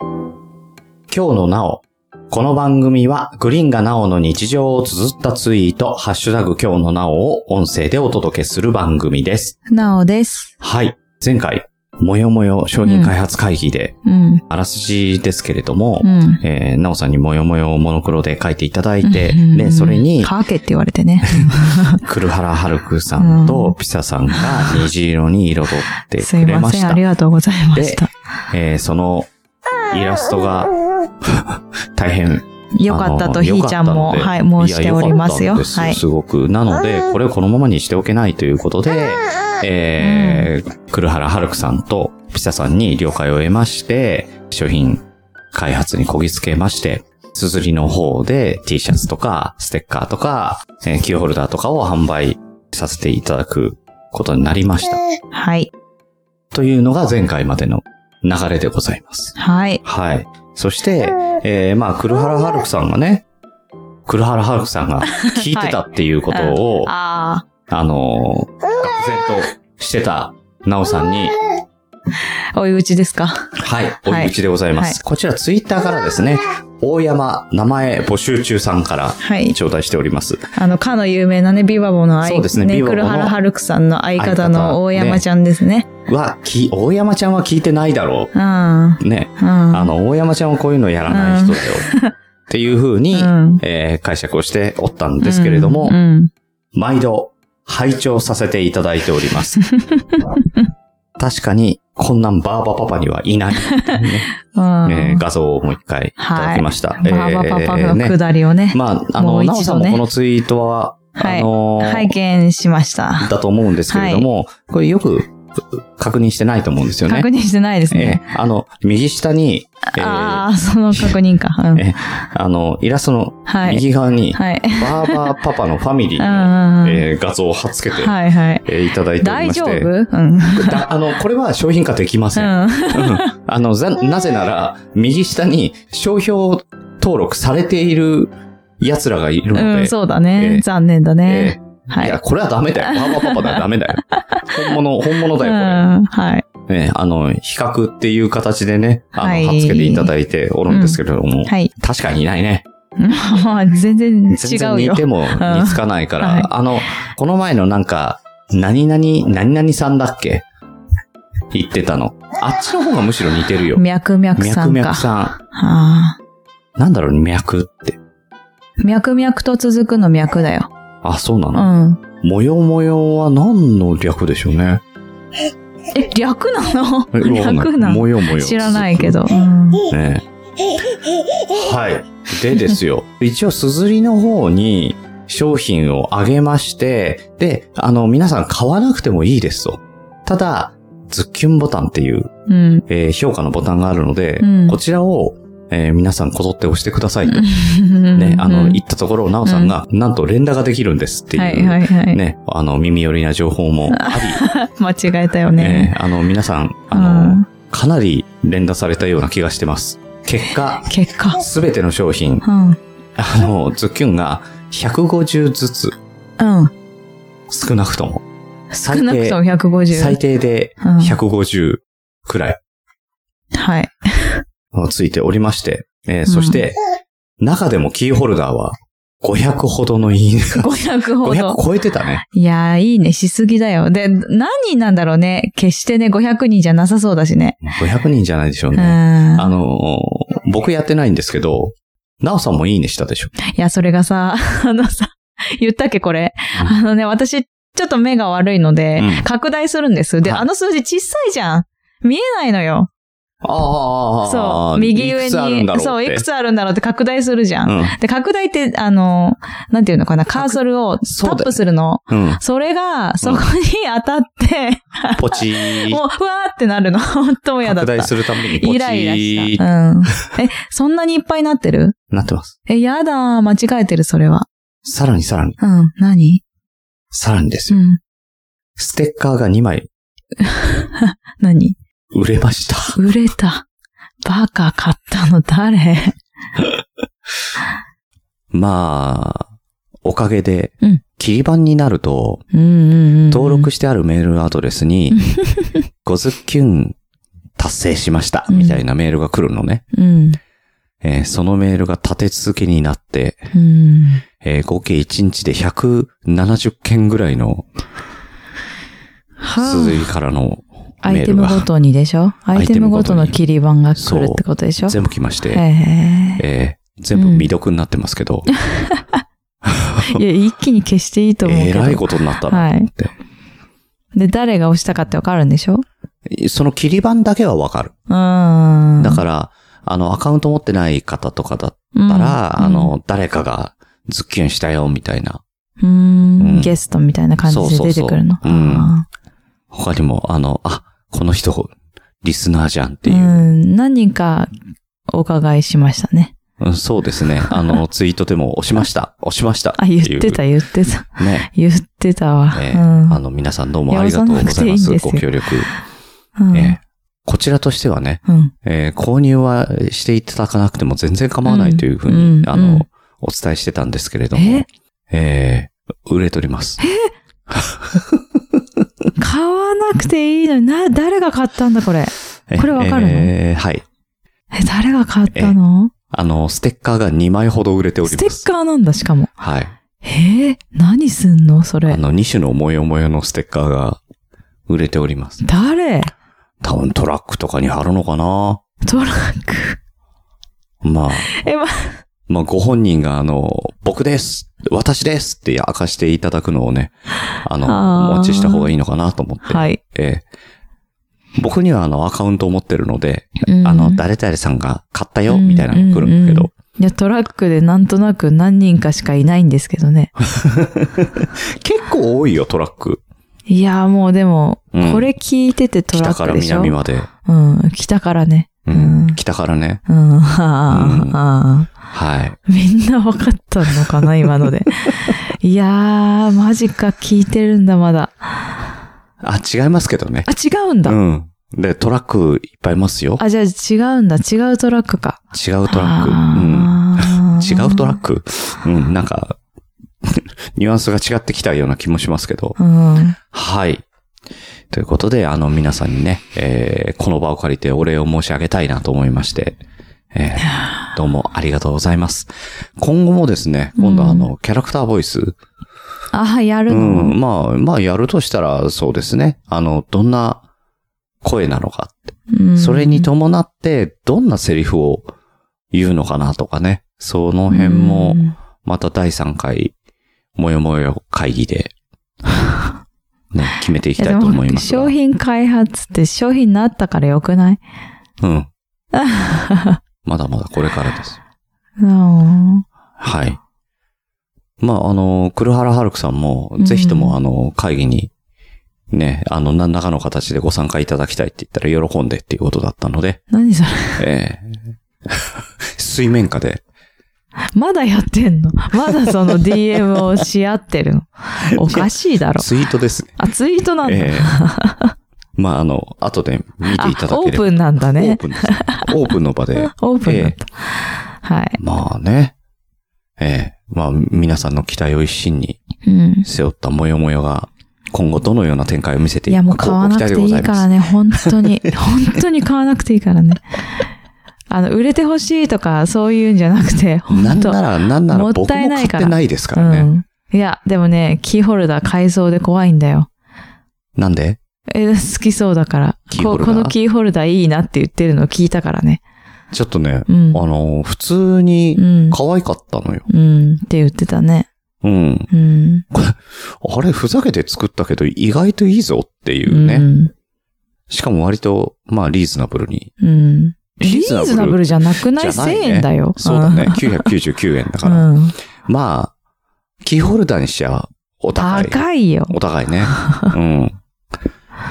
今日のなお。この番組は、グリーンがなおの日常を綴ったツイート、ハッシュタグ今日のなおを音声でお届けする番組です。なおです。はい。前回、もよもよ商品開発会議で、うん。あらすじですけれども、うん。えー、なおさんにもよもよをモノクロで書いていただいて、うんうんうんで、それに、かけって言われてね。黒原春くさんとピサさんが虹色に彩ってすくいれまませしん。あたり。がとうございました。えー、その、イラストが、大変。よかったと、あのひーちゃんも、良かはったい、ので申しておりますよ。いや良かったんはでいす。すごく。なので、これをこのままにしておけないということで、えー、黒原春くさんとピサさんに了解を得まして、商品開発にこぎつけまして、すずりの方で T シャツとか、ステッカーとか、えーキーホルダーとかを販売させていただくことになりました。はい。というのが前回までの流れでございます。はい。はい。そして、えー、まあ、黒原ハルクさんがね、黒原ハルクさんが聞いてたっていうこと を、ああのー、愕然としてた、なおさんに、あ、追い打ちですか。はい、お打ちでございます。はこちらツイッターからですね、大山名前募集中さんからはい。頂戴しております。あの、かの有名なね、ビバボのそう相ですねビバボの黒原春樹さんの相方相方の大山ちゃんですね。は、き、大山ちゃんは聞いてないだろうん。うん。う。ね。ああ、の、大山ちゃんはこういうのやらない人だよ。っていう風に、うんえー解釈をしておったんですけれども、うん。毎度、拝聴させていただいており ます。確かに、こんなんバーバパパにはいない、ねうん。えー画像をもう一回いただきました。バーバパパえーのくね、だりをね、まあ、あの、もう一度ねなおさんもこのツイートは、はいあのー拝見しました。だと思うんですけれども、これよく確認してないと思うんですよね確。認してないですね。えーあの、右下に、えーああ、その確 認か。うんえあの、イラストのはい。右側に、はい。バーバーパパのファミリーうんうの、んうんえー画像を貼っつけて、はいはい。えーいただいており大まして。丈夫うん。だあの、これは商品化できません。うんうあの、ざなぜなら、右下に商標登録されている奴らがいるので、ん。うん、そうだえーね。残念だえね。ーはいや、い。これはダメ だよ。バーバーパパだよ。ダメだよ。本物、本物うだよ、ん、はい。これ。えーあの、比較っていう形でね、あはの、い貼っつけていただいておるんですけれども、はい。確かにいないね。まあ、 全然違全然う似よ。ても似つかないから、うんはいあの、この前のなんか、何々、何々さんだっけ言ってたの。あっちの方がむしろ似てるよ。脈々さ脈ん々か。さあん。なんだろう、脈って。ー脈々と続くの脈だよ。あ、そうなうの、ん。もよもよは何の略でしょうね。え、略なのえわかん略なないものよもよ。知らないけど。うんねはい。でですよ。 一応、すずりの方に商品をあげまして、で、あの、皆さん買わなくてもいいですと。ただ、ズッキュンボタンっていう、うん。えー評価のボタンがあるので、うんこちらを、えー皆さんこぞって押してくださいと。ねね、あの、言ったところ、なおさんが、なんと連打ができるんですっていう。はいはいはい。ね、あの、耳寄りな情報もあ間違えたより、ね。ね、あの、皆さん、あうのん、かなり連打されたような気がしてます。結果、結果。すべての商品、うん。あの、ズッキュンが150ずつ、うん。少なくとも、少低なくとも150。最低でうん150くらいはい。ついておりまして、えーそして、中でもキーホルダーは500ほどのいいねが、 500ほ500ど。超えてたね。いやー、いいね、しすぎだよ。で、何人なんだろうね。決してね、500人じゃなさそうだしね。 500人じゃないでしょううん。ね。 あいのー、僕やってないんですけど、なおさんもいいねしたでしょ。や、それがさ、 あのさ、言ったっけ、これ。うんあのね、私、ちょっと目が悪いので、うん拡大するんです。で、はいあの数字小さいじゃん。見えないのよ。ああ、そう。右上いくつあるんだろうって。に、そう、いくつあるんだろうって拡大するじゃん。うん。で、拡大って、あの、なんていうのかな、カーソルをタそうだよップするの。 うん。それが、そこに当たって、ポチー。もう、うわーってなるの。 本当も嫌だっ拡た。大するためにポチー。イライラした。 うん。え、そんなにいっぱいなってるなってます。え、やだー、間違えてる、それは。さらにさらに、うん、何さらにですうよ。ん、ステッカーが2枚何売れました。売れた。バカ買ったの誰まあ、おかげでうん、切り板になると、うんうんう ん。登録してあるメールアドレスに、ごずっきゅん達成しました、うんみたいなメールが来るのね。うん。えーそのメールが立て続けになって、うん。えー合計1日で170件ぐらいのは続きからのあ、アメイーテルムがごとにでしょアイテムごとアのイテムごとに切り板が来るってことでしょ全部来まして、へえー全部未読になってますけど、え。いや、一気に消していい と思うえけど。らいことになったなと思って。で、誰が押したかってわかるんでしょその切り板だけはわかる。うん。だから、あの、アカウント持ってない方とかだっらたら、あの、誰かがズッキュンしたよ、みたいな。うーんうんゲストみたいな感じそうそうで出そうてくるの。うんあ他にも、あの、あ、この人、リスナーじゃんってーいう。うん。何人かお伺いしましたね。うんそうですね。あの、ツイートでも押しました、押しましたあ、いう言ってた、言ってた。ね。言ってたわ。ええうんあの、皆さんどうもありがとうございまいや押さなくていいんす。ですよご協力、うんええこちらとしてはね、うん。えー購入はしていただかなくても全然構わないというふうに、うんうんあうんの、お伝えしてたんですけれどもえ、えー売れております。買わなくていいのに、な、誰が買ったんだ、これ。えこれわかるのえーはい。え、誰が買ったのあの、ステッカーが2枚ほど売れておりスまテす。ッカーなんだ、しかも。はい。ええ何すんのそあれ。の、2種の模様模様のステッカーが売れております。誰多分トラックとかに貼るのかなトラック。 まあ、え、ま、まあ、ご本人が、あの、僕です私ですって明かしていただくのをね、あの、あーお待ちした方がいいのかなと思って。はい。ええ僕には、あの、アカウントを持ってるので、うんあの、誰々さんが買ったよ、うんみたいなのが来るんだけうんど、いや、トラックでなんとなく何人かしかいないんですけどね。結構多いよ、トラック。いや、もうでも、うんこれ聞いててトラ北かックらでしょ南まで。うん、北からね。ううんん、北からね。うん、あうんーあーはい。みんな分かったのかな、今 ので。いやー、マジか、聞いてるんだ、まだ。あ、あ、違いますけどね。違うんだ。うん。で、トラックいっぱいいますよ。あ、じゃあ違うんだ、違うトラックか。違うトラック。うん。あー違うトラックうん、なんか、 ニュアンスが違ってきたような気もしますけど。うん。はい。ということで、あの、皆さんにね、えーこの場を借りてお礼を申し上げたいなと思いまして、えーどうもありがとうございます。今後もですね、今度はあの、キャラクターボイス。あ、やるうの、ん、まあ、まあ、やるとしたら、そうですね。あの、どんな声なのかうんそれに、伴って、どんなセリフを言うのかなとかね。その辺もう、んまた第3回、もよもよ会議で、 ね、決めていきいたやでいと思いもますが。商品開発って商品になったからよくない うん。まだまだこれからです。うんはい。まあ、あの、黒原ハルクさんもう、んぜひともあの、会議に、ね、あの、何らかの形でご参加いただきたいって言ったら喜んでっていうことだったの で、何それええ水面下で、まだやってんのまだその DM をし合っ てるのおかしいだろ。ツイートですね。あ、ツイートなんだ。 ええまあ、あの、後で見ていたあ、だオけーれば。プンなんだオーね。プンですね。オープンの場で。オープンだった。はい。まあね。ええ。まあ、皆さんの期待を一身にうん。背負ったもよもよが、今後どのような展開を見せていいくや、かもう買わなくていいからね。ね、本当に。 本当に買わなくていいからね。あの、売れてほしいとか、そういうんじゃなくて、本当 なんなら、なんならもっ僕もたいな買っいからてないですからね。うん。いや、でもね、キーホルダー改造で怖いんだよ。なんでえ、好きそうだから。キーホルダーここのキーホルダーいいなって言ってるのを聞いたからね。ちょっとね、あうん。の、普通にうん。可愛かったのよ。うん。って言ってたね。うん。うん。あれ、ふざけて作ったけど意外といいぞっていうね。うん。しかも割と、まあ、リーズナブルに。うん。リリーズナブルーズナブルじゃなくないじゃない ?1000 ね円だよ。そうだね。999円だうから。ん。うん。まあ、キーホルダーにしちゃお高い。高いよ。お互い ね。うん。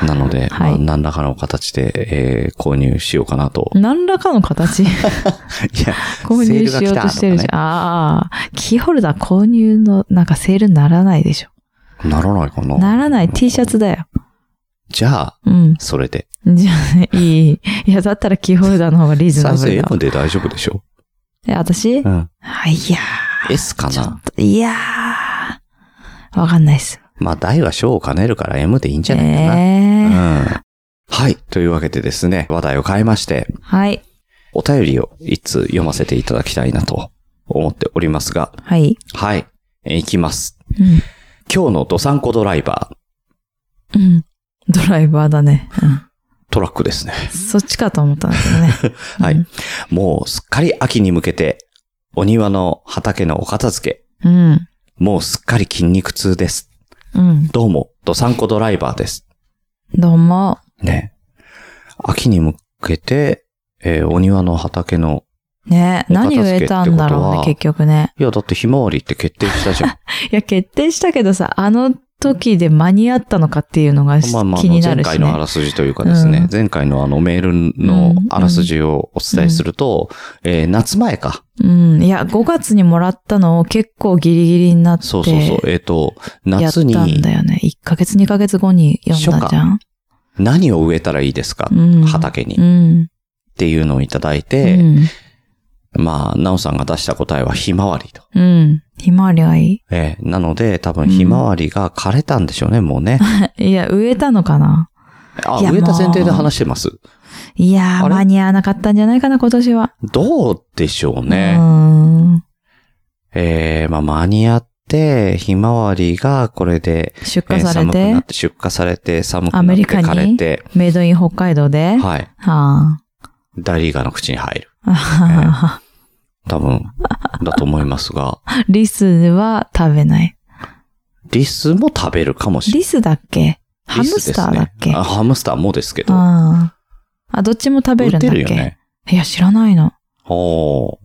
なので、はいまあ、何らかの形で、えー購入しようかな と。何らかの形 いや、購入しようとしてるじゃん。セールが来たとかねああ、キーホルダー購入の、なんかセールならないでしょ。ならないかな。ならない T シャツだよ。じゃあ、うん。それで。じゃあね、いい。いや、だったらキーホルダーの方がリーズサナイブズルだ M で大丈夫でしょえ、私うん。あ、いや S かー、ちょなっ。と、いやー、わかんないっす。まあ、大は小を兼ねるから M でいいんじゃないかな。えーうん。はい。というわけでですね、話題を変えまして、はい。お便りを一通読ませていただきたいなと思っておりますが、はい。はい。えーいきます。うん。今日のドサンコドライバー、うん。ドライバーだね。トラックですね。うん。そっちかと思ったんだけどね。 はい。もうすっかり秋に向けて、お庭の畑のお片付け、うん。もうすっかり筋肉痛です。うん。どうも、ドサンコドライバーです。どうも。ね。秋に向けて、えーお庭の畑の、ねお片何付けを得たんだろうってね、ことは結局ね。いや、だってひまわりって決定した じゃん。いや、決定したけどさ、あの時で間に合ったのかっていうのがまあまあ、気にな前るし回のあね。らすじというかですね、うん前回のあのメールのあらすじをお伝えすると、えー夏前か。うん。いや、5月にもらったのを結構ギリギリになって。そうそうそう。えっ、と、やっ夏たんにだよね。1ヶ月、2ヶ月後に読んだじゃん。何を植えたらいいですか、うん。畑に、うっん。ていうのをいただいうて、ん。まあ、なおさんが出した答えはひまわりと。うん。ひまわりがいえーなので、多分ひまわりが枯れたんでしょうね、もうね。い。いや、植えたのかなあ、いや植えた前提で話してます。いやあー、れ間に合わなかったんじゃないかな、今年は。どうでしょうね。うーん。えーまあ、間に合って、ひまわりがこれで、出えー荷され、寒くなってて、出荷されて、寒くなアっメてリカに枯れて、メイドイン北海道で、ははい。あ大リーガーの口に入る。あははは多分、だと思います が、リスは食べない。リスも食べるかもしれリスだっけない。ハムスターだっリスですけねあハムスターもですけど。あーあ、どっちも食べ売るっんてだっるよけね。いや、知らないの。おー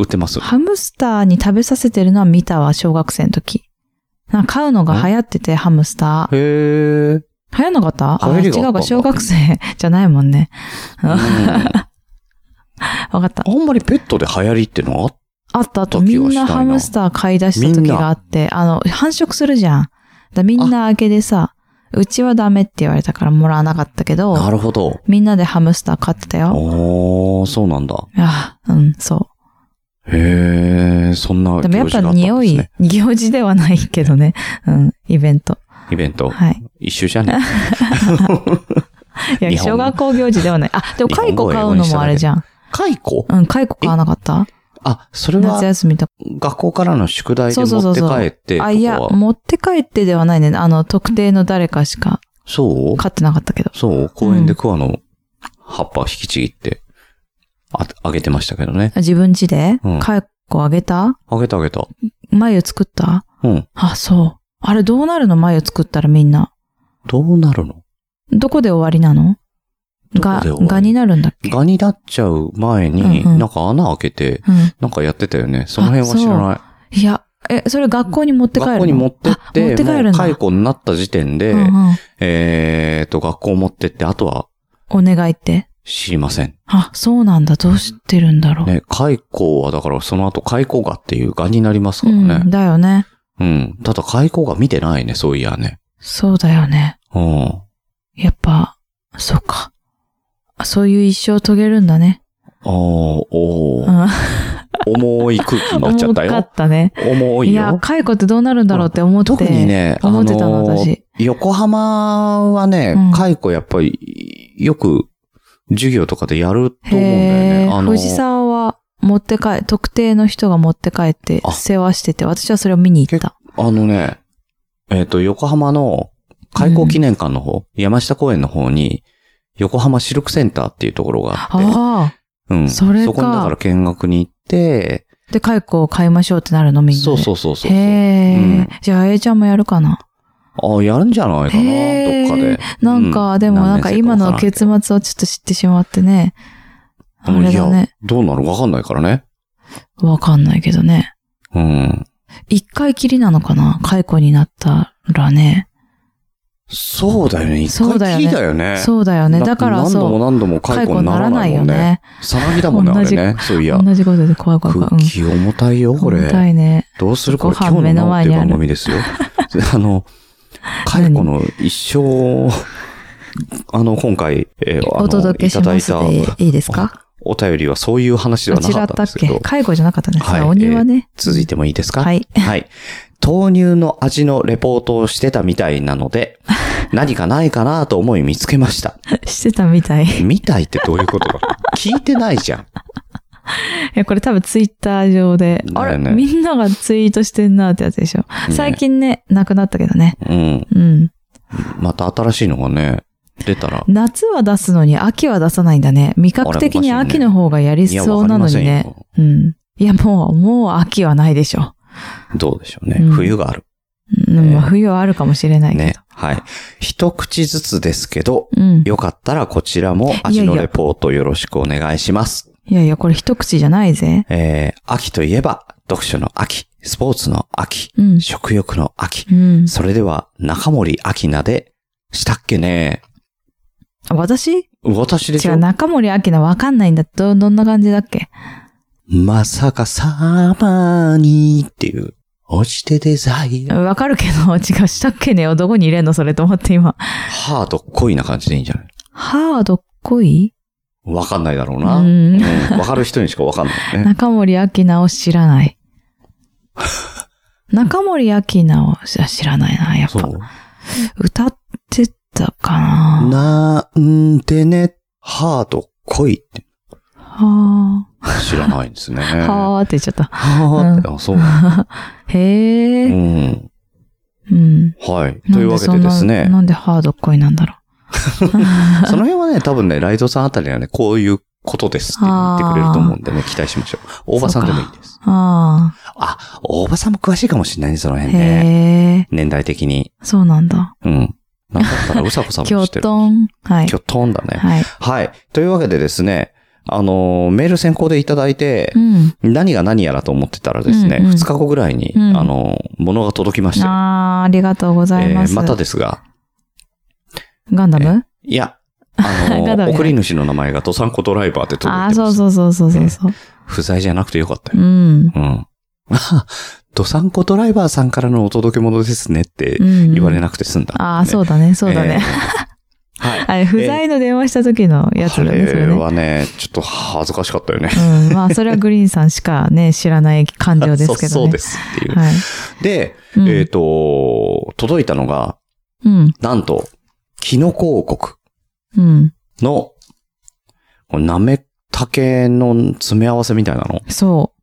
売ってます。ハムスターに食べさせてるのは見たわ、小学生の時。なんか飼うのが流行ってて、ハムスター。へー。うん流行んなかったあ流行りがあ違ったんだうか、小学生じゃないもんね。あわかった。んまりペットで流行りってのはあったあと、み時はんしたいななハムスター買い出した時があって、あの、繁殖するじゃん。だみんな明けでさ、うちはダメって言われたからもらわなかったけど、なるほど。みんなでハムスター買ってたよ。おー、そうなんだ。ああ、うん、そへー、そんなう。でもやっぱ行事があたんですね匂い、行事ではないけどね。うん、イベント。イベント。はい。一周じ ゃねいや、日本小学校行事ではない。あ、でも、カイコ買うのもあれじゃん。蚕うん、カイコ買わなかったあ、それは夏休みとか。学校からの宿題でそうそ持うそっうてそう帰ってとかあ、いや、持って帰ってではないね。あの、特定の誰かしかそう買ってなかったけど。そう公園で桑の葉っぱ引きちぎって、あ、あげてましたけどね。自分家でうんカイコあげたあげたあげた。眉作ったうん。あ、そう。あれどうなるの眉作ったらみんな。どうなるのどこで終わりなのどこが、で終わりがになるんだっけガになっちゃう前に、うんうんなんか穴開けて、うん。なんかやってたよね。その辺は知らない。いや、え、それ学校に持って帰るの学校に持ってっあ持て、って帰るんだ。蚕になった時点で、うんうんえーっと、学校持ってって、あとはお願いって。知りません。あ、そうなんだ。どうしてるんだろう。ね、蚕はだからその後蚕蛾っていう蛾になりますかうらね。ん、だよね。うん。ただ、蚕が見てないね、そういやね。そうだよね。うん。やっぱ、そうか。あそういう一生を遂げるんだね。ああ、おうーん。重い空気になっちゃった重かよっ。たね。重いいや、よ。解雇ってどうなるんだろうって思って。特にね、あ思ってたの、のー私。横浜はねうん、蚕やっぱり、よく、授業とかでやると思うんだよへね。え、あのー藤沢は持って帰、特定の人が持って帰ってあ世話してて、私はそれを見に行った。あのね、えっと、横浜の、開港記念館の方、山下公園の方に、横浜シルクセンターっていうところがあって、あうん。それかそこにだから見学に行って、あ。で、解雇を買いましょうってなるのみんなで。そうそうそうそうそう。へえ、うんじゃあ、A ちゃんもやるかな。ああ、やるんじゃないかな、へーどっかで。なんか、うでもなんか今の結末をちょっと知ってしまってね。何年生かわからんけどあれだいやね。どうなるわかんないからね。わかんないけどね。うん。一回きりなのかな解雇になったらね。そうだよね。一そうだ回きよねりだよね。そうだよね。だから何度もそう。何度も解解雇雇ににななららなないいもよんね。ね。さなぎだもんね、あ同れじね。そういや。同じことで怖い怖い怖い。空気重たいよ、こうん重たれ。いね。どうするこれ、ご今飯日目ののなおっ前ていにうある番組ですよ。 あの、解雇の一生を、あの、今回、えーあのお届けしますいただいでたいいですかお便りはそういう話であはな違かっったんたでっすけけど、介護じゃなかったね。はいそうお庭ね。続いてもいいですかはい。 はい。豆乳の味のレポートをしてたみたいなので、 何かないかなと思い見つけました。してたみたい。みたいってどういうことか聞いてないじゃん。え、これ多分ツイッター上で、あだよれ、ねみんながツイートしてんなってやつでしょ。 最近ね、なくなったけどね。うん。うん。また新しいのがね、出たら。夏は出すのに秋は出さないんだね。味覚的にあれおかしい秋ねの方がやりいや、わそうかりなのまにせんよ。ね。うん。いや、もう、もう秋はないでしょ。どうでしょうね。うん冬がある。うん、まあえー冬はあるかもしれないけねど。。はい。一口ずつですけど、うん。よかったらこちらも味のレポートよろしくお願いします。いやいや、これ一口じゃないぜ。えー、秋といえば、読書の秋、スポーツの秋、うん。食欲の秋。うん。それでは、中森明菜で、したっけねあ私私でし違う、ょ中森明菜わかんないんだ。ど、どんな感じだっけまさかさまにっていう、落ちてデザイン。わかるけど、違 う、したっけねをどこに入れんのそれと思って今。ハード恋な感じでいいんじゃないハードっこいわかんないだろうな。ううんんわかる人にしかわかんないね。中森明菜を知ら ない。中森明菜を知知らない な、やっそぱ。う。歌ってたかな。なんでね、ハード恋っては知らないんですね。あ。は はあって言っちゃった。 ーって、あ、そう。へうえ。ん。うん。はい。なとんいうわけでですそんなね。なんでハードっこいなんだろその辺はね、多分ね、ライドさんあたりはね、こういうことですって言ってくれると思うんでね、期待しましょう。大場さんでもいいです。う。ああ、大場さんも詳しいかもしれないね、そのあ。辺ね。へえ。年代的に。そうなんだ。うん。なんだったら、うさこさんキも知っョ てる。トン。はいき。ょとんだね。はい。はい。というわけでですね、あのー、メール先行でいただいてう、ん。何が何やらと思ってたらですね、うんうん2日後ぐらいに、うんあのー、物が届きまして、ああ、ありがとうございえます。ーまたですが、ガンダムいや、あ のガダメー、送り主の名前がドサンコドライバーって届いてあまあ、す。そうそうそうそうそうそう。不在じゃなくてよかったうよ。ん。うん。 あ、ドサンコドライバーさんからのお届け物ですねってうん言われなくて済んだ。ああ、そうだね、そうだね。え ー。はい。あれ、不在の電話した時のやつだね、そあれれね。はね、ちょっと恥ずかしかったよね。うん。まあ、それはグリーンさんしかね、知らない感情ですけどね。 そうそうですっていう。はい。で、うんえっ、と、届いたのが、うん。なんと、キノコ王国うん。の、これなめたけの詰め合わせみたいなのそ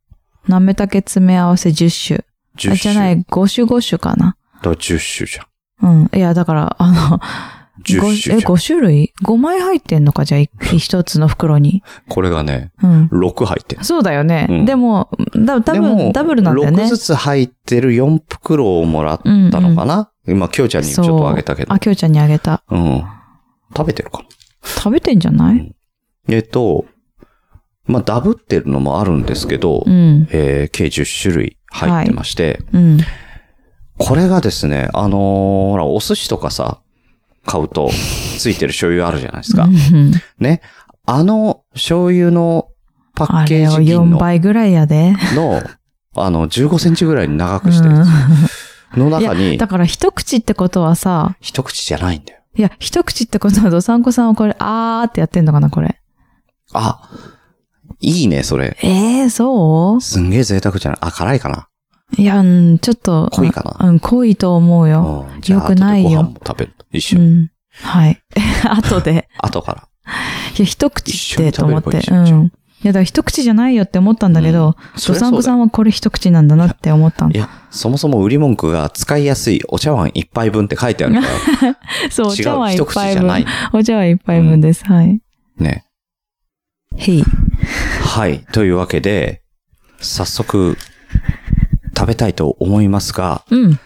う。なめたけ詰め合わせ10 ?10 種。種。あ、じゃない、5種5種かな。だから10種じゃん。うん。いや、だから、あの、 10種ごじゃえ、ん。 5種類 ?5 枚入ってんのかじゃあ、1つの袋に。これがね、うん。 6入ってる。そうだよね。うんでも、だ多でも分ダブルなんだよね。 6ずつ入ってる4袋をもらったのかな、今、きょうちゃんにちょっとあげたけどあ、。きょうちゃんにあげた。うん。食べてるか食べてんじゃないな。えっと、まあ、ダブってるのもあるんですけど、うん。えー計10種類入ってまして、うん。これがですね、あのーほら、お寿司とかさ、買うと、ついてる醤油あるじゃないですか。うんね。あの、醤油のパあッケれーをジ銀4の、倍ぐらいやで。の、あの、15センチぐらいに長くしてるやうつのん、い中や、にだ、から一口ってことはさ、一口じゃないんだよ。いや、一口ってことはどさんこさんはこれ、あーってやってんのかな、これ。あ、いいね、それ。えー、そうすんげえ贅沢じゃない。あ、辛いかな。いや、うん、ちょっと。濃いかなうん、濃いと思うよ。うん。じゃあ、よくないよ後でご飯も食べる。一う緒に。ん。はい。 後で。後から。いや、一口ってと思っ一緒にて。食べればういいじゃんん。いや、だから一口じゃないよって思ったんだけど、そどりゃそさんこうださよんはこれ一口なんだなって思ったんいだ。や、そもそも売り文句が使いやすいお茶碗一杯分って書いてあるから、 そう、お茶碗違う、一一口杯じゃない分。。お茶碗一杯分です。はい。ね。へい。はい。というわけで、早速、食べたいと思いますが、うん。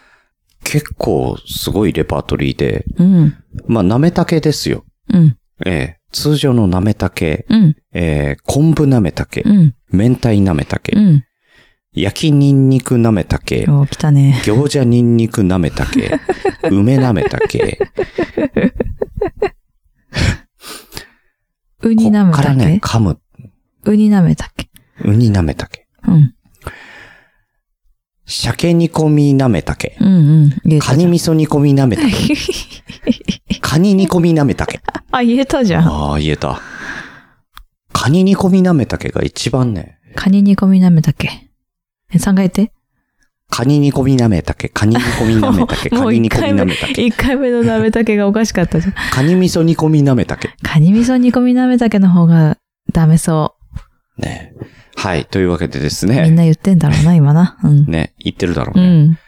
結構すごいレパートリーで、うん。まあ、なめたけですよ。うん。ええ通常のなめたけ、うん。ええ昆布なめたけう、ん。明太なめたけう、ん。焼きにんにくなめたけ、おー、来たね。餃子にんにくなめた け、梅なめたけ、こウニなっめかたらっけね、噛む、ウニなめたっけうになめたけ、うん。鮭煮込みなめたけ、うんうん。言えカたじニゃん。味噌煮込みなめた け、カニ煮込みなめたけ。あ、言えたじゃん。ああ、言えた。カニ煮込みなめたけが一番ね、カニ煮込みなめたっけえ、3回言って。カニ煮込みなめたけ、カニ煮込みなめたけ、 もうカニ煮込みなめた け、一回目のなめたけがおかしかったじゃん。カニ味噌煮込みなめたけ。カニ味噌煮込みなめたけの方がダメそね。はい。というわけでですう。みんね。な言ってんだろうな、今な。うん。ね。言ってるだろううね。ん。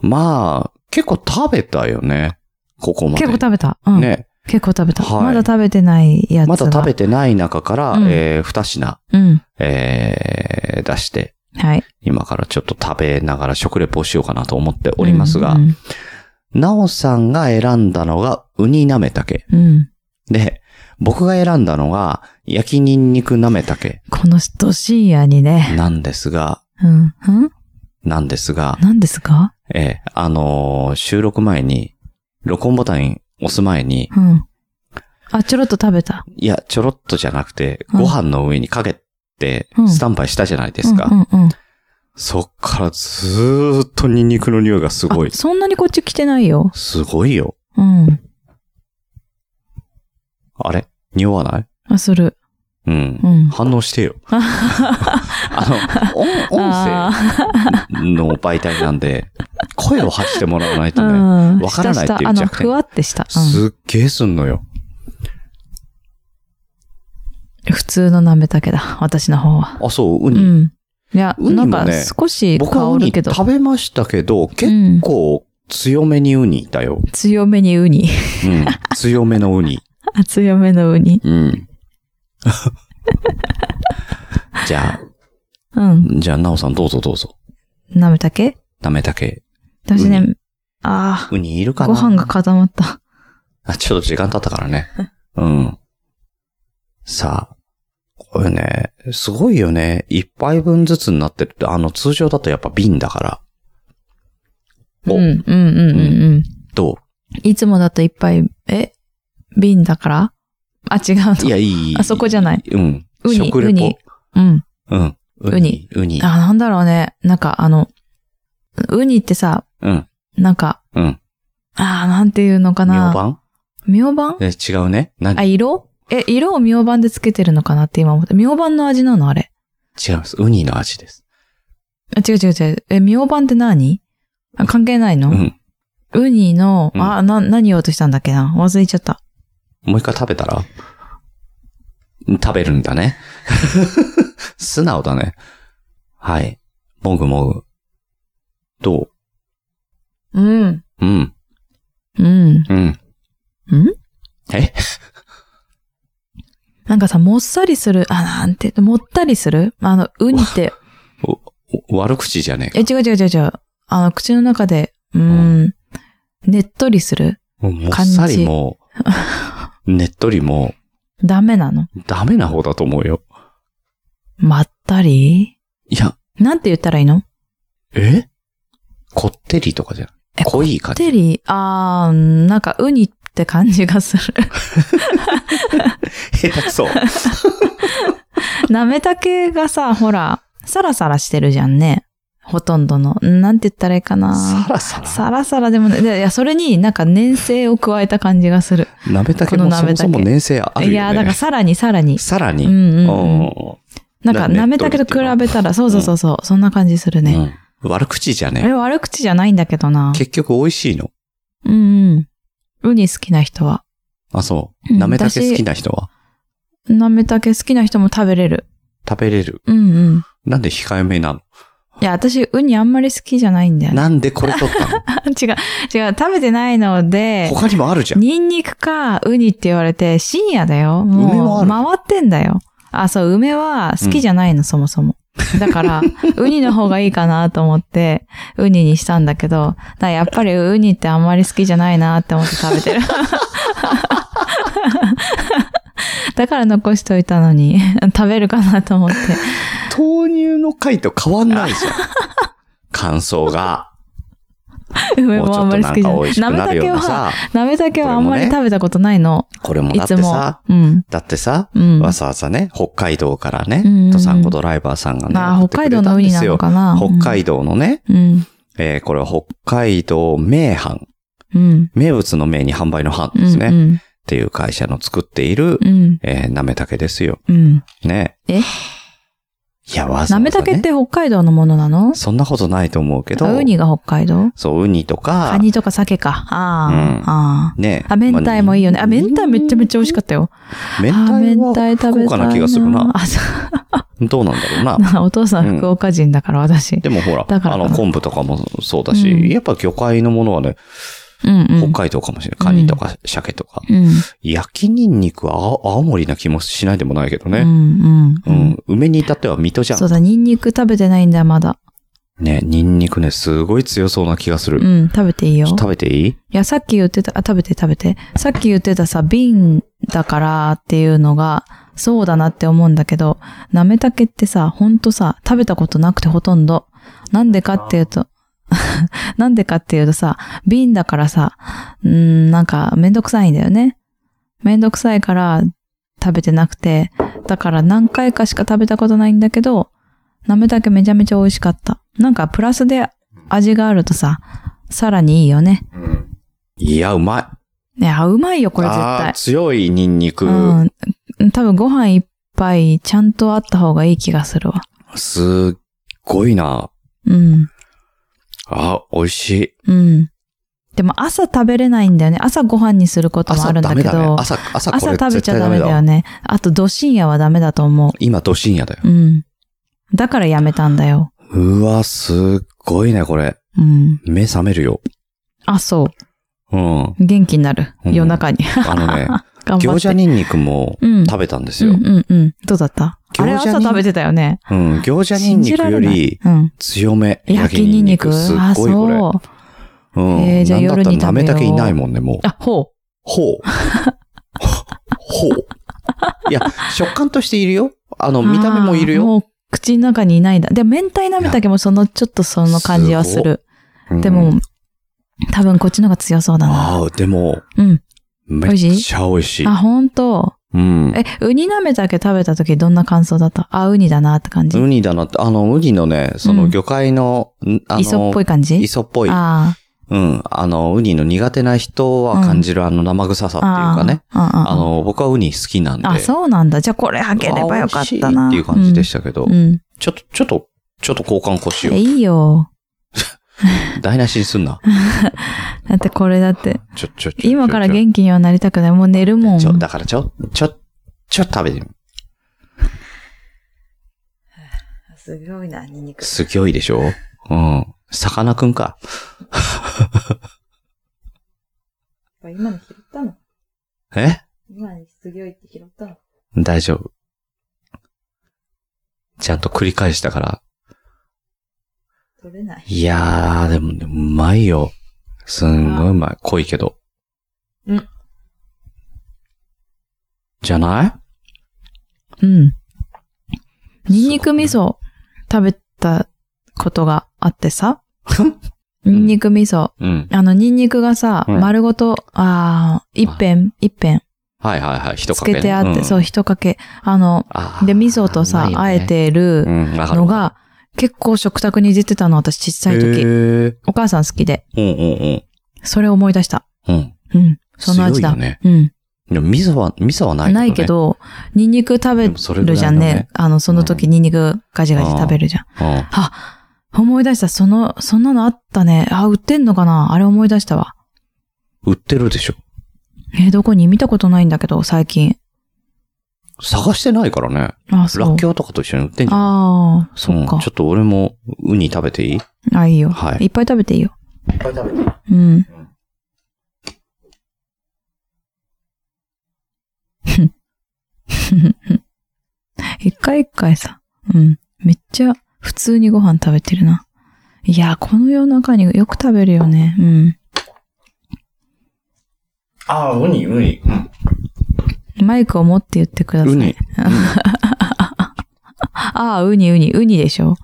まあ、結構食べたよね。ここまで。結構食べた。うん。ね。結構食べた。はいまだ食べてないやつが。まだ食べてない中から、うんえー、二品、うん。えー、出して、はい。今からちょっと食べながら食レポをしようかなと思っておりますがう、ん。なおさんが選んだのが、ウニなめたけ。うんうんで、僕が選んだのが、焼きニンニクなめたけ。このど深夜にね。なんですが、うん。うんなんですが、何ですかえー、あのー収録前に、録音ボタン押す前に、うん。あ、ちょろっと食べた。いや、ちょろっとじゃなくて、うんご飯の上にかけてう、んスタンバイしたじゃないですか。うんうんうん。そっからずーっとニンニクの匂いがすごいあ。そんなにこっち来てないよ。すごいよ。うん。あれ匂わないあ、する。うんう。ん。反応して よ。あの、音音あ声の媒体なんで、声を発してもらわないーとね、うん。わからないっていうしたしたあの、弱点ふわってした。うんすっげえすんのよ。普通の舐めたけだ。私の方は。あ、そう、ウうニ。ん。いや、ウニもなねんか少し僕は香ウるニけど、食べましたけど、結うん、構強めにウニいたよ。強めにウニ。 うん。強めのウニ。あ強めのウニ。 うん。じゃあ、うん。じゃあ、なおさんどうぞどうぞ。舐めたけなめたけ。私ウね、あウニいるあ、かごな飯が固まった。あ、ちょっと時間経ったからね。うん。さあ、これね、すごいよね。一杯分ずつになってるって、あの、通常だとやっぱ瓶だから。うん、おうん、うん、うん、うん。どいつもだといっぱい、え瓶だからあ、違うういの。や、いい。いあそこじゃない。うん。ウニ食レポウニ。うん。うん。ウニ。ウニ。あ、なんだろうね。なんかあの、ウニってさ、うん。なんか、うん。ああ、なんていうのか明な。晩明晩え、違うね。何あ、色え、色を明晩でつけてるのかなって今思った。明晩の味なのあれ。違います。ウニの味です。あ、違う違う違う。え、明晩って何あ関係ないの、うん。ウニの、うんあ、な、何言おうとしたんだっけな忘れちゃった。もう一回食べたら食べるんだね。 素直だね。はい。もぐもぐ。どうん。ううん。うん。うん。うんえなんかさ、もっさりする、あ、なんて、もったりするあの、ウニって、お悪口じゃねえ、えか。違う違う違う違う。あの、口の中で、うーん、ねっとりする。もうもっさりも、ねっとりも、ダメなのダメな方だと思うよ。まったりいや、なんて言ったらいいのえこってりとかじゃなえい。濃い感こっじ。てり、あー、なんかウニって感じがする。 下手くそ。なめたけがさ、ほら、サラサラしてるじゃんね。ほとんどの。なんて言ったらいいかさな。らさら。サラサラでもない。でいや、それになんか粘性を加えた感じがする。なめたけもこのなそめもたけそも粘性あるよね。いや、だからさらにさらに。さらうに。んうん、うん。おなんか、なめたけと比べたら、そうそうそうそう、そんな感じするーね。うん悪口じゃあれね悪口じゃないんだけどなえ。。結局美味しいの。うんうん。ウニ好きな人は。あ、そうう。んなめたけ好きな人はなめたけ好きな人も食べれる。食べれる。うんうん。なんで控えめなのいや、私、ウニあんまり好きじゃないんだよね。なんでこれ取った の違う、違う、食べてないので、他にもあるじゃん。ニンニクかウニって言われて、深夜だよ。梅はもあう、る回ってんだよ。あ、そう、梅は好きじゃないの、そもそも。だ から、ウニの方がいいかなと思って、ウニにしたんだけど、だからやっぱりウニってあんまり好きじゃないなって思って食べ てる。だから残しといたのに、食べるかなと思って。豆乳の回と変わんないじゃん。感想 が。梅もうちもあょんっとまりな好んきじゃかな美味しくない。るようなは、さ。なめたけはあんまこれりもね食べたことないの。これもいだってつもさ。。うん。だってさ、うん。わざわざね、北海道からね、うんうんうん登山コドライバーさんがね、ああ、送ってくれ北海道たのんウでニすなのよ。かな北海道のね、うん。えーこれは北海道名阪。うん。名物の名に販売の販ですね。うんっていう会社の作っている、うん。えーなめたけですよ。うん。ね。えいいや、わざわざ、なね。めたけって北海道のものなのそんなことないと思うけど。あウニが北海道そう、ウニとか。カニとか鮭か。あーうんあー。ね。あ、明太もいいよね。あ、ま明太めっちゃめっちゃ美味しかったよ。明あー、太明は太食福べ岡たいな。な気がするな。あ、そどうなんだろうなう。な。お父さん福岡人だから、私。でもほら、だからあの、昆布とかもそうだし、うんやっぱ魚介のものはね、うんうん。北海道かもしれない。カニとか鮭とか。うん。焼きニンニクは青青森な気もしないでもないけどうね。んう。うんん。梅に至っては水戸じゃ。そうんだ、ニンニク食べてないんだよ、まだ。ね、ニンニクね、すごい強そうな気がする。うん、食べていいよちょっ。と食べていいいや、さっき言ってた、あ、食べて食べて。さっき言ってたさ、瓶だからっていうのが、そうだなって思うんだけど、なめたけってさ、ほんとさ、食べたことなくてほとんど。なんでかっていうと、 なんでかっていうとさ、瓶だからさ、うーん、なんかめんどくさいんだよね。めんどくさいから食べてなくて、だから何回かしか食べたことないんだけど、なめたけめちゃめちゃ美味しかった。なんかプラスで味があるとさ、さらにいいよね。いや、うまい。いや、うまいよ、これ絶ああー、対。強いニンニク。うん。多分ご飯一杯ちゃんとあった方がいい気がするわ。すっごいな。うん。あ、美味しい。うん。でも朝食べれないんだよね。朝ご飯にすることもあ朝るんだダメけだねど。。朝、朝こ朝れ食べ絶ちゃ対ダダメメだだよわ。ね。あと、ど深夜はダメだと思今、ど深夜だよう。。うん。だからやめたんだよ。うわ、すっごいね、これ。うん。目覚めるよ。あ、そう。うん。元気になる。うん夜中に。 あのね、頑張餃って。子ニンニクもうん食べたんですよ。うんうんうん。どうだった餃子あれ朝に食べてたよね。うん。餃子ニンニクよりうん。強め。焼きニンニク。すっあ、ごいこれ。そう。うん。えーじゃあなんだったら舐夜に食べめようたけいないもんね、もう。あ、ほう。ほう。 ほう。いや、食感としているよ。あの、見た目もいるあーよ。もう口の中にいないんだ。でも明太なめたけもその、ちょっとその感じはする。うんでも、、多分こっちの方が強そうだな。ああ、でも、うん。めっちゃ美味しいあ、。ほんと。うん。え、ウニなめたけ食べた時どんな感想だったあ、ウニだなって感じウ。ニだなって、あの、ウニのね、そうのん魚介の、んあの、磯っぽい感じ磯っぽい。あうん。あの、ウニの苦手な人は感じるあの生臭さあ。っていうかね。あー。ああの、僕はウニ好きなんで。あ、そうなんだ。じゃあこれあうげればよかったな。わ美味しいっていう感じでしたけどう。ん。ちょっと、ちょっと、ちょっと交換こしうん。よえいいよ。う。台無しにすんな。だってこれだって、ちょ、ちょ、ちょ。今から元気にはなりたくない。もう寝るもん。ちょ、だからちょ、ちょ、ちょっと食べてみる。すごいな、ニンニク。すごいでしょうん。さかなクンか。今の拾ったのえ今にすごいって拾ったの大丈夫。ちゃんと繰り返したから。取れない。いやー、でもね、うまいよ。すんごいうまい。濃いけど。うん。じゃなうん。ニンニク味噌食べたことがあっ てさ。ニンニク味噌。いうん。あの、ニンニクがさ、うん丸ごと、ああ、一片、一片、はいはいはい。一つかけ、ね、けてあって、そう、ん。一かけ。あの、あーで、味噌とさ、うまあいよえねてるうん、わかるのが、結構食卓に出てたの、私、ちっちゃいへ時。ーお母さん好きで。うんうんそれを思い出した。うん。うん。うん。その味だ。強いよねうん。でも味噌は、味噌はないけど、ね。ないけど、ニンニク食べでもそれぐらるいじだゃねんね。あの、その時ニンニクガジガジ食べるじゃん。うん。あ、思い出した。その、そんなのあったね。あ、売ってんのかなあれ思い出したわ。売ってるでしょ。えーどこに見たことないんだけど、最近。探してないからね。あ、そう。ラッキョウとかと一緒に売ってんじゃん。ああ、そっうかんちょ。っと俺もウニ食べていいいっあ、いいよ、はいい。っぱい食べていいよ。ぱい食べていい うん。一回一回さ。うん。めっちゃ普通にご飯食べてるな。いやー、この夜中によく食べるよね。うん。ああ、ウニ、ウニ。うんマイクを持って言ってください。ウニ。ああ、ウニウニ、ウニでしょ。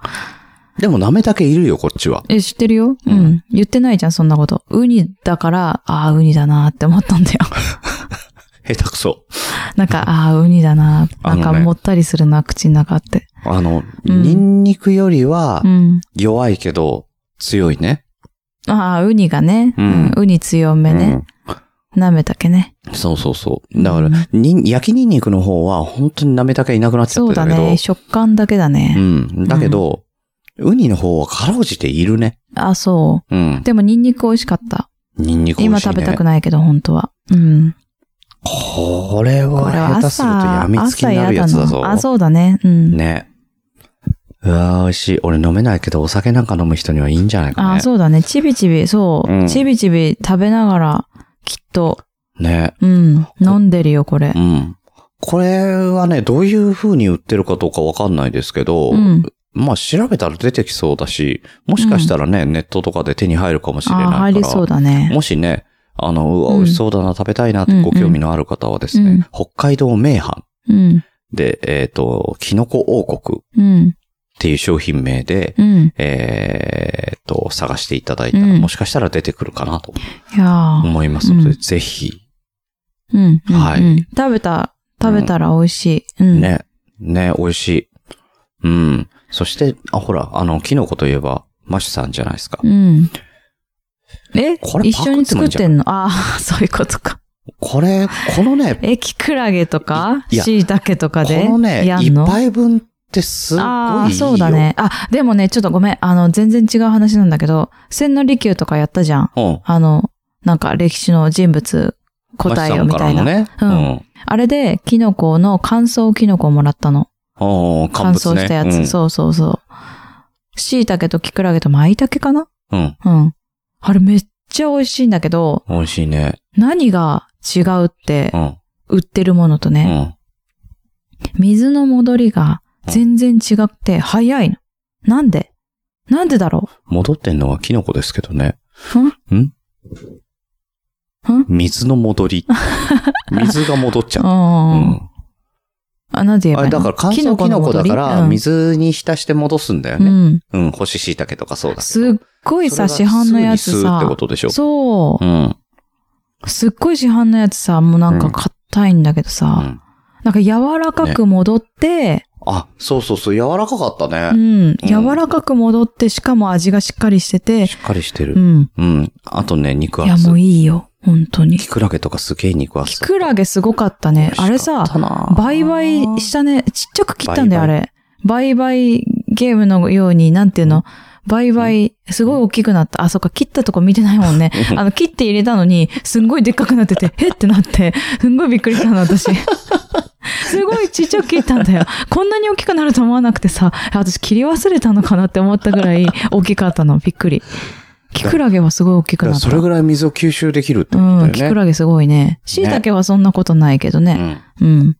でもなめたけいるよ、こっちは。え、知ってるよううんん、言ってないじゃん、そんなこと。ウニだから、ああ、ウニだなーって思った んだよ。下手くそ。なんか、ああ、ウニだなー。あのなんねか、もったりするな、口の中って。あの、うんニンニクよりはうん。弱いけど強いね。ああ、ウニがね、ううんん。ウニ強めね。うんなめたけね。そうそうそう。だから、うんに、焼きニンニクの方は本当になめたけいなくなっちゃっそてうだたけど。ね。食感だけだね。うん。だけど、ウニの方はかろうじているね。あ、そうう。ん。でもニンニク美味しかった。ニンニク美今味しい、ね。食べたくないけど、本当は。うん。これこれはは下手すると朝や、みつき朝になやるやだつだぞ。な。あ、そうだね。うん。ね。うわー美味しい。俺飲めないけど、お酒なんか飲む人にはいいんじゃないかね。あ、そうだね。ちびちび、そう。うんちびちび食べながら、きっと、ね。うん。飲んでるよ、これう。ん。これはね、どういう風に売ってるかどうかわかんないですけど、うんまあ調べたら出てきそうだし、もしかしたらね、ネットとかで手に入るかもしれないかあ、ら。入りそうだね。もしね、あの、うわ、うん美味しそうだな、食べたいなっうんてうんご興味のある方はですね、うん北海道名阪うん。で、えっ、と、キノコ王国っうん。ていう商品名で、うん。えっ、と、探していただいたら、うんもしかしたら出てくるかなといやー思いますので、うんぜひ、うん。うんはいうん食べた、食べたら美味しい。うん。ね、ね、美味しい。うん。そして、あ、ほら、あの、キノコといえば、マシュさんじゃないですか。うん。えこれ一緒にパク作っっててんのああ、 そういうことか。これ、このね、え、キクラゲとか、いいやシイタケとかこでのね、や一んの杯分ってすごいいいよ。ああ、そうだね。あ、でもね、ちょっとごめん。あの、全然違う話なんだけど、千利休とかやったじゃん。うん。あの、なんか歴史の人物、答えをみマシュさんかたらいもな。ね。うんあれで、キノコの乾燥キノコをもらったの。おー乾乾物燥ね。したやつ。そうそうそう。椎茸とキクラゲと舞茸かなうん。うん。うん。あれめっちゃ美味しいんだけど、美味しいね。何が違うってう、ん。売ってるものとうね、ん。水の戻りが全然違って早いの。なんでなんでだろ戻ってんのはキノコですけどね。 んん水の戻 り。水が戻っちゃうう。う。うんん。あ、なんて言えあばいれいのだから乾燥キノコだから、うん水に浸して戻すんだようね。ん。うん。干し椎茸とかそうだけど。すっごいさ、そ市れが販のやすぐつに吸うってこさ。とでしょ。。そうん。う。すっごい市販のやつさ、もうなんうんか硬いんだけどうさ。んなんか柔らかく戻って、あ、そうそうそう。柔らかかったうね。ん。柔らかく戻って、しかも味がしっかりしててし、っかりしてうる。ん。うん。あとね、肉いや、厚も。ういいよ。本当にキ。クラゲとかすげえ肉厚キ。クラゲすごかったね。あれさ、倍倍々々したね。ちっちゃく切ったんだよ、あ倍れ。倍々ゲームのように、なんていうの倍々、すごい大きくなった。あ、そっか、切ったとこ見てないもん ね。あの、切って入れたのに、すんごいでっかくなってて、 へってなって、すんごいびっくりしたの、私。 すごいちっちゃく切ったんだよ。こんなに大きくなると思わなくてさ、あ私切り忘れたのかなって思ったぐらい大きかったの。びっくり。キクラゲはすごい大きくなった。それぐらい水を吸収できるってことだよね。うん、キクラゲすごいね。椎茸はそんなことないけどね。うんうん。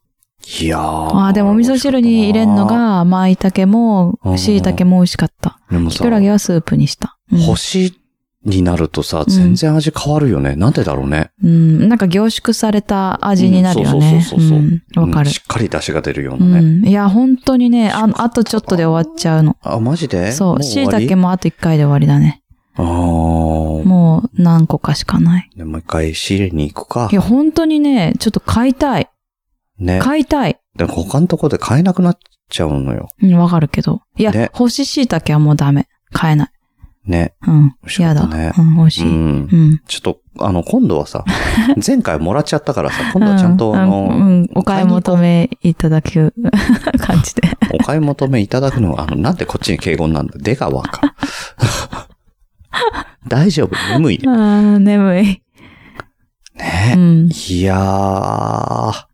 いやー。ああ、でもお味噌汁に入れんのが、舞茸もうん、椎茸も美味しかった。でもキさ、クラゲはスープにした。うん星になるとさ、うん全然味変わるよね。なんでだろうね。うん、なんか凝縮された味になるよね。うんそうそうそううんわかうんるし。っかり出汁が出るよううなね。ん。いや、本当にね、ああとちょっとで終わっちゃうの。あ、マジでそう、椎茸ももあと一回で終わりだね。う終わり。あもう何個かしかない。あ。でもう一回仕入れに行くかい。や、本当にね、ちょっと買いたい。ね。買いたい。でも他のとこで買えなくなっちゃうのよ。うん、わかるけど。いやね、干し椎茸はもうダメ。買えない。ね。うん美味。しかやっただ。ねうん、美味しうい。うん。ん。ちょっと、あの、今度は さ、前回もらっちゃったからさ、今度はちゃんと、あうの、んうん、お買い求めいただく 感 じで。お買い求めいただくのは、あの、なんでこっちに敬語になるの出川か。 大丈夫眠いね。ああ、眠い。うねん。いやー、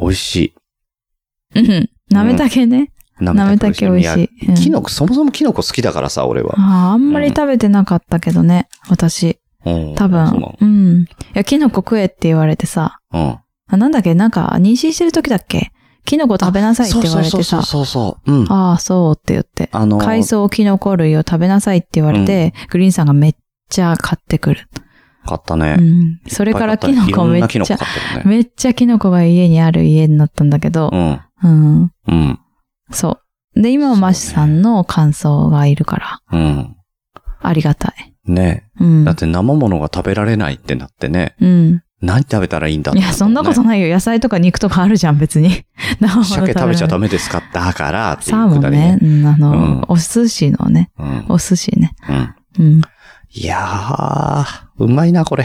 美味しい。うんなめたけね。なめたけ美味しい。うんキノコ、そもそもキノコ好きだからさ、俺は。あーあんまり食べてなかったけどね、私。うん。多そう分な。うん。いや、キノコ食えって言われてさ。のあなんだっけなんか、妊娠してる時だっけキノコ食べうなん。さいって言われてそうさ。そうそうそう。うん。ああ、そうって言って。あのー、海藻、キノコ類を食べなさいって言われて、グリーンさんがめっちゃ買ってくる。買ったうね。ん。それからキノコめいっぱい買ったねいろんなっキノちコゃ、買ってるね。めっちゃキノコが家にある家になったんだけどう、ん。うん。うん。そう。で、今はマシさんの感想がいるから、うん。ありがたい。ねうんだっ。て生物が食べられないってなってね。うん。何食べたらいいんだって、いや、そんなことねないよ。野菜とか肉とかあるじゃん、別に。生もの鮭食べちゃダメ。メですかだからっていうサーくモだンりね。。うんあうんの、お寿司のね。うん。お寿司ね。 うん。うん。いやー、うまいな、これ。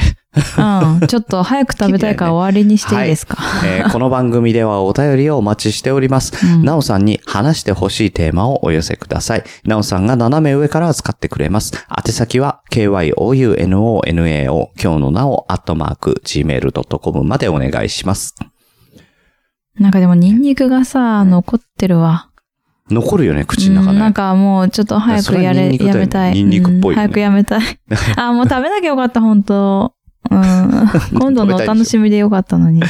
うん。ちょっと早く食べたいから終わりにしていいですか。えーこの番組ではお便りをお待ちしております。うんなおさんに話してほしいテーマをお寄せください。なおさんが斜め上から扱ってくれます。宛先は、kyounonao、今日のなお、アットマーク、gmail.com までお願いします。なんかでもニンニクがさ、残ってるわ。残るよね、口の中うんなんね。かもうちょっと早くやいやそれはニンれ、ニクだやよめたい。ニンニクっぽいよねうん早くやめたい。 あ、もう食べなきゃよかった、本当うん。今度のお楽しみでよかったのに。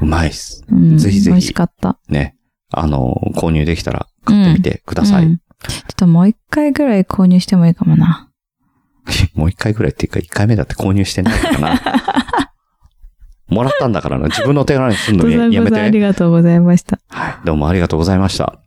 うまいっす。うん。ぜひぜひ美味しかった。ね。あの、購入できたら買ってみてください。うんちょっともう一回ぐらい購入してもいいかもな。 もう一回ぐらいっていうか、一回目だって購入してないから な。もらったんだからな。自分の手柄にするのございにやまめす。ありて。がとうございました。はい。どうもありがとうございました。